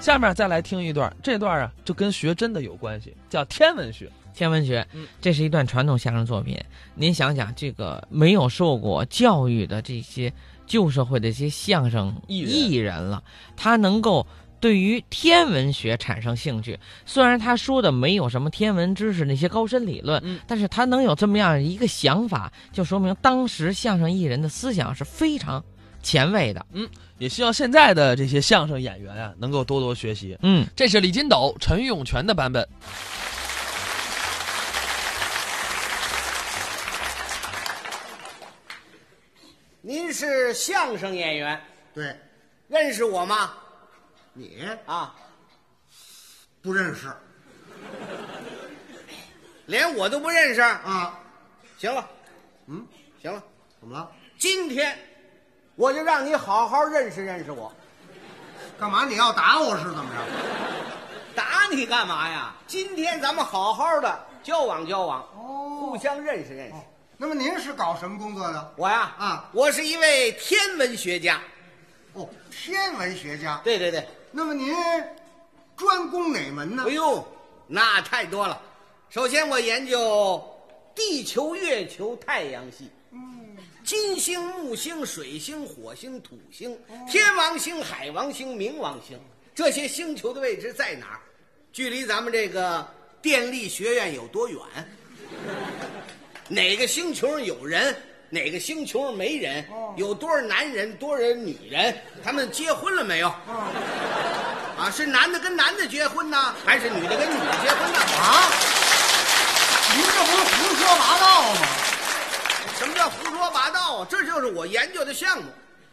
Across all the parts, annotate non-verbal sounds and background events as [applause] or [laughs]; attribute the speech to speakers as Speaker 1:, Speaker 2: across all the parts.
Speaker 1: 下面再来听一段，这段啊就跟学真的有关系，叫天文学。
Speaker 2: 天文学
Speaker 1: 嗯，
Speaker 2: 这是一段传统相声作品。您想想，这个没有受过教育的这些旧社会的一些相声
Speaker 1: 艺人
Speaker 2: 艺人了，他能够对于天文学产生兴趣。虽然他说的没有什么天文知识那些高深理论，
Speaker 1: 嗯
Speaker 2: 但是他能有这么样一个想法，就说明当时相声艺人的思想是非常前卫的。
Speaker 1: 也希望现在的这些相声演员啊，能够多多学习。
Speaker 2: 嗯，
Speaker 1: 这是李金斗、陈永泉的版本。
Speaker 3: 您是相声演员，
Speaker 4: 对，
Speaker 3: 认识我吗？
Speaker 4: 你
Speaker 3: 啊，
Speaker 4: 不认识
Speaker 3: 连我都不认识。
Speaker 4: 啊？
Speaker 3: 行了，嗯，行了，
Speaker 4: 怎么了？
Speaker 3: 今天我就让你好好认识认识我。
Speaker 4: 干嘛你要打我是怎么着？
Speaker 3: 打你干嘛呀？今天咱们好好的交往交往，
Speaker 4: 哦
Speaker 3: 互相认识认识。
Speaker 4: 那么您是搞什么工作的？
Speaker 3: 我呀，
Speaker 4: 啊
Speaker 3: 我是一位天文学家。
Speaker 4: 哦，天文学家。
Speaker 3: 对对对，
Speaker 4: 那么您专攻哪门呢
Speaker 3: 哎？呦，那太多了。首先，我研究地球、月球、太阳系，金星、木星、水星、火星、土星、天王星、海王星、冥王星，这些星球的位置在哪儿？距离咱们这个电力学院有多远？哪个星球上有人？哪个星球上没人？
Speaker 4: 哦
Speaker 3: 有多少男人，多少女人？他们结婚了没有？
Speaker 4: 哦
Speaker 3: 啊，是男的跟男的结婚呢，还是女的跟女的结婚呢？啊，
Speaker 4: 您这不是胡说八道吗？
Speaker 3: 什么叫胡说八道啊？这就是我研究的项目。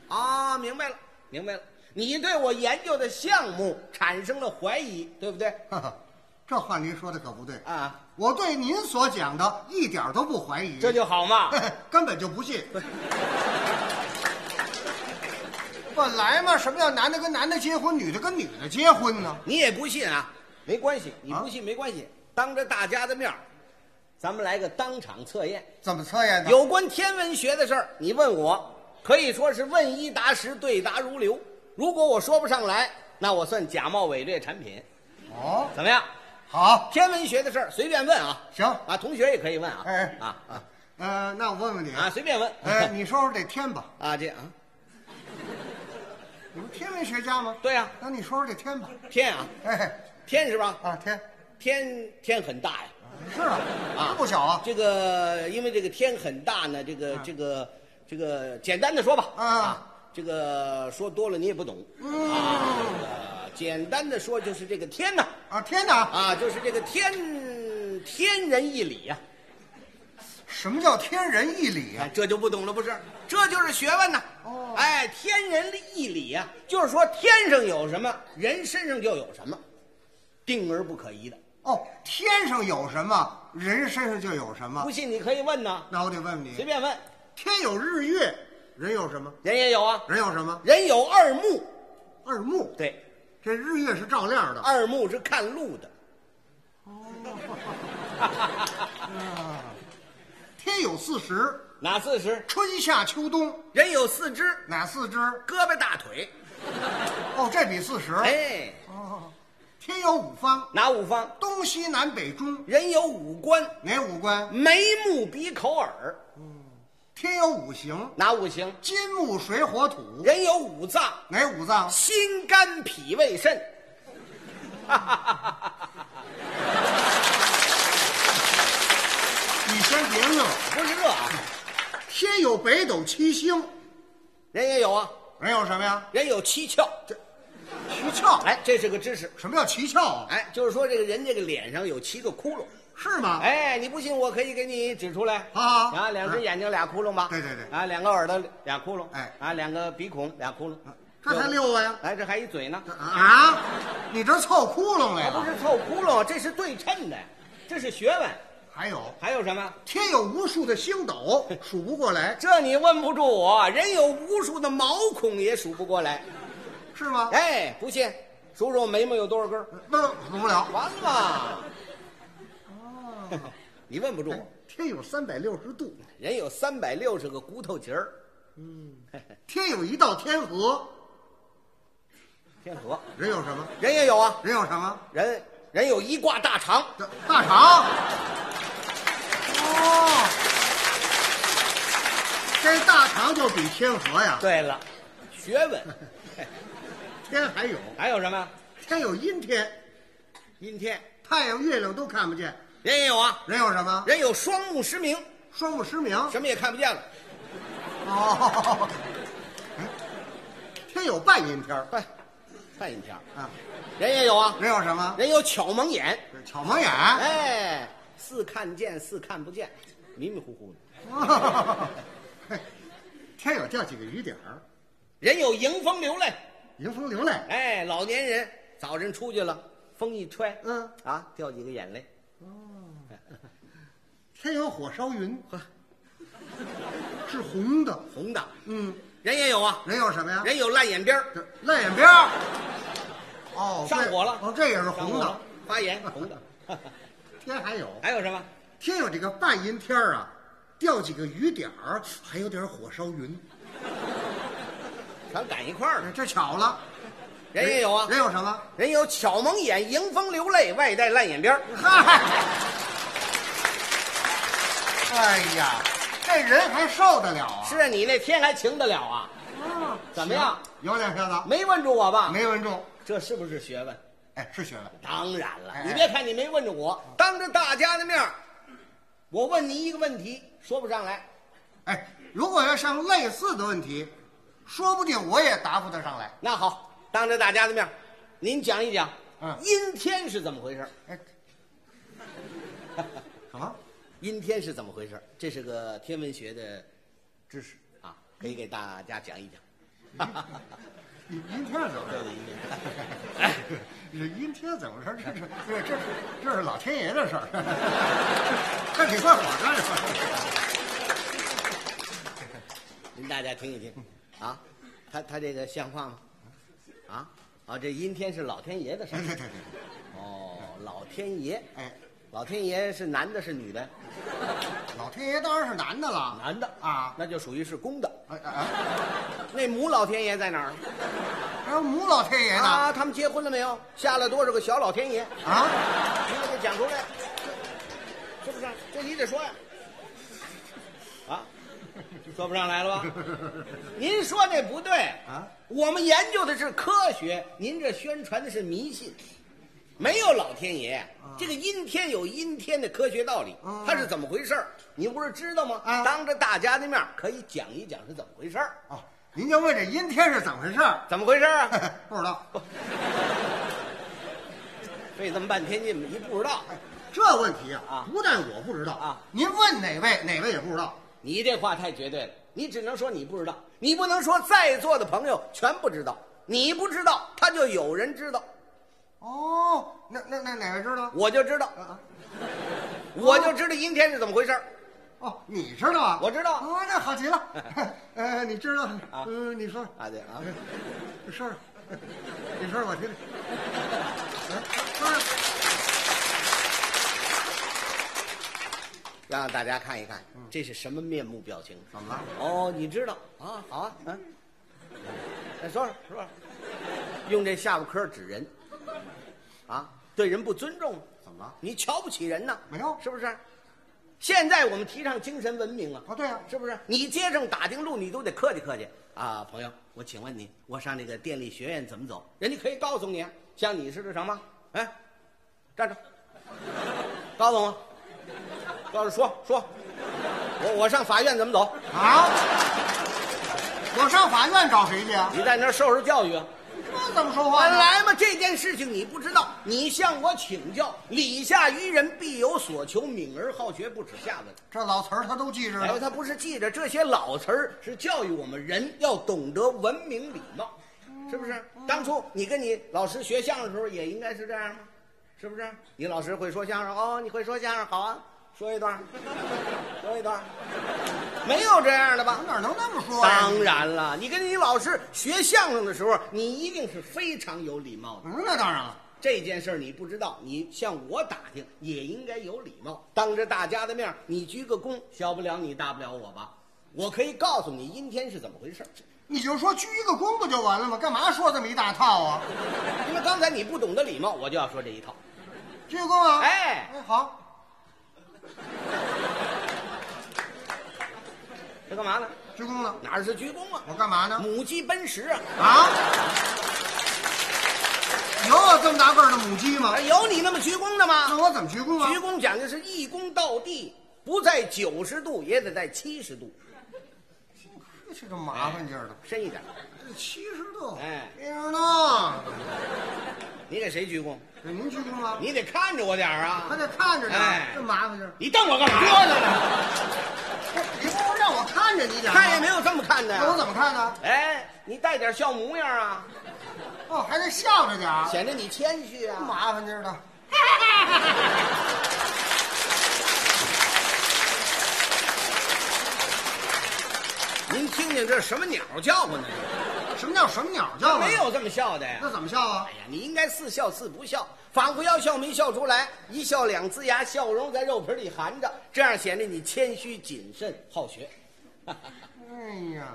Speaker 3: 啊，明白了，明白了。你对我研究的项目产生了怀疑，对不对？
Speaker 4: 哈哈， [laughs] 这话您说的可不对
Speaker 3: 啊！
Speaker 4: 我对您所讲的一点儿都不怀疑，
Speaker 3: 这就好嘛。
Speaker 4: [laughs] 根本就不
Speaker 3: [laughs]
Speaker 4: 信。本来嘛，什么叫男的跟男的结婚，女的跟女的结婚呢？
Speaker 3: 你也不信啊？没关系，你
Speaker 4: 啊
Speaker 3: 不信没关系。当着大家的面儿咱们来个当场测验。
Speaker 4: 怎么测验呢？
Speaker 3: 有关天文学的事儿，你问我，可以说是问一答十，对答如流。如果我说不上来，那我算假冒伪劣产品，
Speaker 4: 哦，
Speaker 3: 怎么样？
Speaker 4: 好，
Speaker 3: 天文学的事儿随便问啊，
Speaker 4: 行
Speaker 3: 啊，同学也可以问啊，
Speaker 4: 哎
Speaker 3: 啊啊
Speaker 4: 呃，那我问问你
Speaker 3: 啊，，随便问，
Speaker 4: 呃，你说说这天吧，
Speaker 3: 啊这啊，
Speaker 4: 你不是天文学家吗？
Speaker 3: 对呀、
Speaker 4: 那你说说这天吧，
Speaker 3: 天啊，
Speaker 4: 哎，
Speaker 3: 天是吧？
Speaker 4: 啊天，
Speaker 3: 天天很大呀，
Speaker 4: 是啊，
Speaker 3: 啊
Speaker 4: 这不小啊，
Speaker 3: 这个因为这个天很大呢，这个这个这个简单的说吧，
Speaker 4: 啊嗯
Speaker 3: 这个说多了你也不懂，啊，这个简单的说就是这个天呐，
Speaker 4: 啊天哪，
Speaker 3: 啊，就是这个天天人一理呀、
Speaker 4: 什么叫天人一理
Speaker 3: 哎
Speaker 4: 啊？，
Speaker 3: 这就不懂了，不是？这就是学问呐！
Speaker 4: 哦
Speaker 3: 哎，天人一理呀、就是说天上有什么，人身上就有什么，定而不可移的。
Speaker 4: 哦，天上有什么，人身上就有什么
Speaker 3: 不。信你可以问呐，
Speaker 4: 那我得问问
Speaker 3: 随
Speaker 4: 你，
Speaker 3: 便问，
Speaker 4: 天有日月，人有什么？
Speaker 3: 人也有啊，
Speaker 4: 人有什么？
Speaker 3: 人有二目，
Speaker 4: 二目。
Speaker 3: 对，啊
Speaker 4: 这日月是照亮的。
Speaker 3: 二目是看路的，
Speaker 4: 天有四时，
Speaker 3: 哪四十？
Speaker 4: 春夏秋冬，
Speaker 3: 人有四肢，
Speaker 4: 哪四支？
Speaker 3: 胳膊大腿，
Speaker 4: 哦，这比四十。
Speaker 3: 哎，
Speaker 4: 天有五方，
Speaker 3: 哪五方？
Speaker 4: 东西南北中，
Speaker 3: 人有五官，
Speaker 4: 哪五官？
Speaker 3: 眉目鼻口耳，
Speaker 4: 天有五行，
Speaker 3: 哪五行？
Speaker 4: 金木水火土，
Speaker 3: 人有五脏，
Speaker 4: 哪五脏？
Speaker 3: 心肝脾胃肾。
Speaker 4: 你先别乐。
Speaker 3: 不是这啊，
Speaker 4: 天有北斗七星，
Speaker 3: 人也有啊，
Speaker 4: 人有什么呀？
Speaker 3: 人有七窍，
Speaker 4: 七窍。
Speaker 3: 哎，这是个知识，
Speaker 4: 什么叫七窍啊？
Speaker 3: 哎，就是说这个人这个脸上有七个窟窿，
Speaker 4: 是吗？，
Speaker 3: 哎，你不信我可以给你指出来，
Speaker 4: 好好好
Speaker 3: 啊，两只眼睛俩窟窿吧，
Speaker 4: 对对对
Speaker 3: 啊，两个耳朵俩窟窿，
Speaker 4: 哎
Speaker 3: 啊，两个鼻孔俩窟窿，
Speaker 4: 这才
Speaker 3: 六
Speaker 4: 六个呀。
Speaker 3: 哎，这还一嘴呢，
Speaker 4: 啊，你这凑窟窿来
Speaker 3: 还不
Speaker 4: 了？
Speaker 3: 是凑窟窿，这是对称的，这是学问，
Speaker 4: 还有
Speaker 3: 还有什么？
Speaker 4: 天有无数的星斗，数不过来，
Speaker 3: 这你问不住我，人有无数的毛孔也数不过来，
Speaker 4: 是吗？
Speaker 3: 哎，不信，数数我眉毛有多少根儿？
Speaker 4: 那数不了。
Speaker 3: 完了。哦你问不住我，
Speaker 4: 天有三百六十度，
Speaker 3: 人有三百六十个骨头节儿，
Speaker 4: 天有一道天河，
Speaker 3: 天河
Speaker 4: 人有什么？
Speaker 3: 人也有啊，
Speaker 4: 人有什么？
Speaker 3: 人人有一挂大肠，
Speaker 4: 大大肠。哦，这大肠就比天河呀，
Speaker 3: 对了，学问，
Speaker 4: 天还有，
Speaker 3: 还有什么？
Speaker 4: 天有阴天，
Speaker 3: 阴天，
Speaker 4: 太阳、月亮都看不见。
Speaker 3: 人也有啊，
Speaker 4: 人有什么？
Speaker 3: 人有双目失明，
Speaker 4: 双目失明。
Speaker 3: 什么也看不见了。
Speaker 4: 哦，天有半阴天儿
Speaker 3: 半半阴天儿，
Speaker 4: 啊。
Speaker 3: 人也有啊，
Speaker 4: 人有什么？
Speaker 3: 人有巧蒙眼，
Speaker 4: 巧蒙眼。
Speaker 3: 哎，似看见似看不见，迷迷糊糊的。
Speaker 4: 哦嘿天有掉几个雨点儿，
Speaker 3: 人有迎风流泪，
Speaker 4: 迎风流泪。
Speaker 3: 哎，老年人早晨出去了，风一吹，
Speaker 4: 嗯
Speaker 3: 啊，掉几个眼泪。
Speaker 4: 天有火烧云，是红的。
Speaker 3: 红的，
Speaker 4: 嗯，
Speaker 3: 人也有啊，
Speaker 4: 人有什么呀？
Speaker 3: 人有烂眼边儿，
Speaker 4: 这烂眼边儿。哦，
Speaker 3: 上
Speaker 4: 这
Speaker 3: 火了
Speaker 4: 哦，这也是
Speaker 3: 上
Speaker 4: 红
Speaker 3: 火
Speaker 4: 的
Speaker 3: 了。发炎， [laughs] 红的。
Speaker 4: 天还有，
Speaker 3: 还有什么？
Speaker 4: 天有这个半阴天儿啊，掉几个雨点儿，还有点火烧云，哎
Speaker 3: 全赶一块儿了。
Speaker 4: 这巧了。
Speaker 3: 人也有啊，
Speaker 4: 人有什么？ [laughs]
Speaker 3: 人有巧蒙眼，迎风流泪，外带烂眼边儿。
Speaker 4: 嗨，哎呀，这人还受得了啊？
Speaker 3: 是啊，你那天还晴得了啊？
Speaker 4: 啊，
Speaker 3: 怎么样？
Speaker 4: 有两下子，
Speaker 3: 没问住我吧？
Speaker 4: 没问中。
Speaker 3: 这是不是学问？
Speaker 4: 哎，是学问。
Speaker 3: 当然了
Speaker 4: 哎，啊
Speaker 3: 你别看你没问着我，当着大家的面儿我问你一个问题，说不上来。
Speaker 4: 哎，如果要像类似的问题，说不定我也答不得上来。
Speaker 3: 那好，当着大家的面儿您讲一讲，
Speaker 4: 嗯
Speaker 3: 阴天是怎么回事儿？
Speaker 4: 哎，什么？
Speaker 3: 阴天是怎么回事儿？这是个天文学的知识啊，可以给大家讲一讲。
Speaker 4: 阴阴天怎么着？
Speaker 3: [laughs]
Speaker 4: [laughs] 这阴天怎么回事？这是这这这是老天爷的事儿，这你怪我干什么？
Speaker 3: 您大家听一听，啊，他他这个像话吗？啊啊，这阴天是老天爷的事
Speaker 4: 对对
Speaker 3: 儿。
Speaker 4: 对对，
Speaker 3: 哦，老天爷，
Speaker 4: 哎，
Speaker 3: 老天爷是男的，是女的？
Speaker 4: 老天爷当然是男的了，
Speaker 3: 男的
Speaker 4: 啊，
Speaker 3: 那就属于是公的。
Speaker 4: 哎哎哎，
Speaker 3: 那母老天爷在哪儿？
Speaker 4: 还有母老天爷呢
Speaker 3: 啊，他们结婚了没有？下了多少个小老天爷？
Speaker 4: 啊？
Speaker 3: 你得给讲出来，是不是？这你得说呀。啊，说不上来了吧？您说那不对
Speaker 4: 啊！
Speaker 3: 我们研究的是科学，您这宣传的是迷信，没有老天爷。这个阴天有阴天的科学道理，
Speaker 4: 啊
Speaker 3: 它是怎么回事儿？您不是知道吗？
Speaker 4: 啊
Speaker 3: 当着大家的面儿可以讲一讲是怎么回事儿，
Speaker 4: 哦，您就问这阴天是怎么回事儿？ [laughs]
Speaker 3: 怎么回事儿啊？
Speaker 4: 不知道，
Speaker 3: 费这么半天劲，一不知道。
Speaker 4: 这问题啊
Speaker 3: 啊，
Speaker 4: 不但我不知道
Speaker 3: 啊，
Speaker 4: 您问哪位，哪位也不知道。
Speaker 3: 你这话太绝对了，你只能说你不知道，你不能说在座的朋友全不知道。你不知道，他就有人知道，
Speaker 4: 哦，那那那哪位知道？
Speaker 3: 我就知道，
Speaker 4: 啊
Speaker 3: 我就知道阴天是怎么回事儿
Speaker 4: 哦，你知道啊？
Speaker 3: 我知道
Speaker 4: 哦，那好
Speaker 3: [laughs]
Speaker 4: 极了。呃，你知道？
Speaker 3: 啊
Speaker 4: 嗯，你说
Speaker 3: 啊！对啊，
Speaker 4: 这事儿，你说我听听。啊
Speaker 3: 让大家看一看，
Speaker 4: 嗯
Speaker 3: 这是什么面目表情？
Speaker 4: 怎么了？
Speaker 3: 哦，你知道啊？好啊，嗯、再说说说说，用这下巴颏指人，啊，对人不尊重，
Speaker 4: 怎么了？
Speaker 3: 你瞧不起人呢？
Speaker 4: 没有
Speaker 3: 是不是？现在我们提倡精神文明啊，
Speaker 4: 哦，对啊，
Speaker 3: 是不是？你街上打听路，你都得客气客气啊，朋友。我请问你，我上那个电力学院怎么走？人家可以告诉你啊，像你似的什么？哎，站着，告诉我，告诉说说，我我上法院怎么走？
Speaker 4: 啊！我上法院找谁去啊？
Speaker 3: 你在那儿受受教育啊。
Speaker 4: 这怎么说话
Speaker 3: 本
Speaker 4: 呢？
Speaker 3: 来嘛，这件事情你不知道，你向我请教，礼下于人，必有所求，敏而好学，不耻下问。
Speaker 4: 这老词儿他都记着
Speaker 3: 哎，
Speaker 4: 呢。
Speaker 3: 他不是记着这些老词儿，是教育我们人要懂得文明礼貌，是不是？当初你跟你老师学相声的时候，也应该是这样吗？是不是？你老师会说相声哦，你会说相声，好啊，说一段 [laughs] 儿，说一段儿，没有这样的吧？
Speaker 4: 哪能那么说呀？
Speaker 3: 当然了，你跟你老师学相声的时候，你一定是非常有礼貌的。
Speaker 4: 嗯，那当然了。
Speaker 3: 这件事儿你不知道，你向我打听也应该有礼貌，当着大家的面儿你鞠个躬，小不了你大不了我吧。我可以告诉你阴天是怎么回事儿，
Speaker 4: 你就说鞠一个躬不就完了吗？干嘛说这么一大套啊？
Speaker 3: 因为刚才你不懂得礼貌，我就要说这一套。
Speaker 4: 鞠个躬啊！
Speaker 3: 哎
Speaker 4: 哎，好，
Speaker 3: 这干嘛呢？
Speaker 4: 鞠躬了。
Speaker 3: 哪是鞠躬啊？
Speaker 4: 我干嘛呢？
Speaker 3: 母鸡奔食啊！
Speaker 4: 啊？有我这么大个儿的母鸡吗
Speaker 3: 啊？有你那么鞠躬的
Speaker 4: 那
Speaker 3: 吗？
Speaker 4: 我怎么哎鞠躬啊？
Speaker 3: 鞠躬讲究是一躬到地，不在九十度也得在七十度，
Speaker 4: 这是个麻烦劲儿的，
Speaker 3: 深一点。
Speaker 4: 哎七十度。
Speaker 3: 哎
Speaker 4: 这样呢？
Speaker 3: 你给谁鞠躬？
Speaker 4: 给您鞠躬了，
Speaker 3: 你得看着我点儿
Speaker 4: 还
Speaker 3: 啊！
Speaker 4: 得看着点
Speaker 3: 哎
Speaker 4: 儿，这麻烦劲儿。
Speaker 3: 你瞪我干嘛呀？
Speaker 4: 你不是让我看着你点儿吗
Speaker 3: 看也没有这么看的
Speaker 4: 那我
Speaker 3: 呀。
Speaker 4: 怎么看呢？
Speaker 3: 哎，你带点笑模样啊，
Speaker 4: 哦，还得笑着点儿，
Speaker 3: 显得你谦虚啊。
Speaker 4: 麻烦劲儿的。
Speaker 3: 您听听这什么鸟叫唤呢？
Speaker 4: 什么叫什么鸟叫？啊
Speaker 3: 没，有这么笑的呀。
Speaker 4: 那怎么笑啊
Speaker 3: 哎？呀，你应该似笑似不笑，仿佛要笑没笑出来，一笑两呲牙，笑容在肉皮里含着，这样显得你谦虚谨慎好学。
Speaker 4: 哎呀，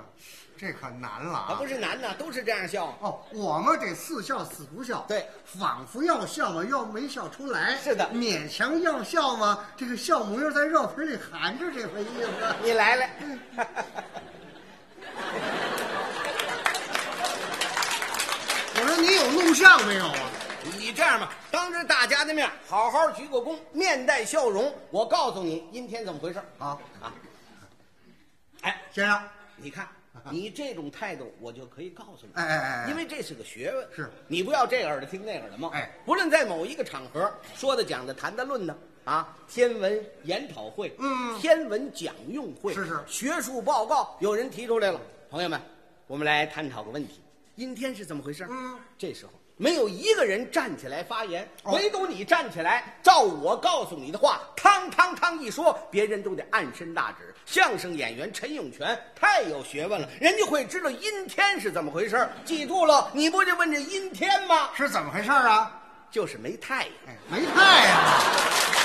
Speaker 4: 这可难了
Speaker 3: 啊，
Speaker 4: 啊！
Speaker 3: 不是男的，都是这样笑。
Speaker 4: 哦，我们得似笑似不笑，
Speaker 3: 对，
Speaker 4: 仿佛要笑嘛，又没笑出来，
Speaker 3: 是的
Speaker 4: 勉强要笑嘛，这个笑模样在肉皮里含着，这回啊意思。
Speaker 3: 你来 [laughs] 来，
Speaker 4: [laughs] 我说你有录像没有啊？
Speaker 3: 你这样吧，当着大家的面好好鞠个躬，面带笑容。我告诉你阴天怎么回事。
Speaker 4: 啊，
Speaker 3: 啊，哎，
Speaker 4: 先生，
Speaker 3: 你看，你这种态度，我就可以告诉你，
Speaker 4: 啊哎哎哎哎
Speaker 3: 因为这是个学问，
Speaker 4: 是
Speaker 3: 你不要这耳朵听那耳朵嘛，
Speaker 4: 哎
Speaker 3: 不论在某一个场合，说的、讲的、谈的、论的。啊，天文研讨会，
Speaker 4: 嗯
Speaker 3: 天文讲用会，
Speaker 4: 是是
Speaker 3: 学术报告，有人提出来了，朋友们，我们来探讨个问题：阴天是怎么回事？
Speaker 4: 嗯，
Speaker 3: 这时候没有一个人站起来发言，
Speaker 4: 哦
Speaker 3: 唯独你站起来，照我告诉你的话，汤汤汤一说，别人都得按身大指。相声演员陈永泉太有学问了，人家会知道阴天是怎么回事儿。记住了，你不就问这阴天吗？
Speaker 4: 是怎么回事啊？
Speaker 3: 就是没太阳。
Speaker 4: 哎，没太阳啊。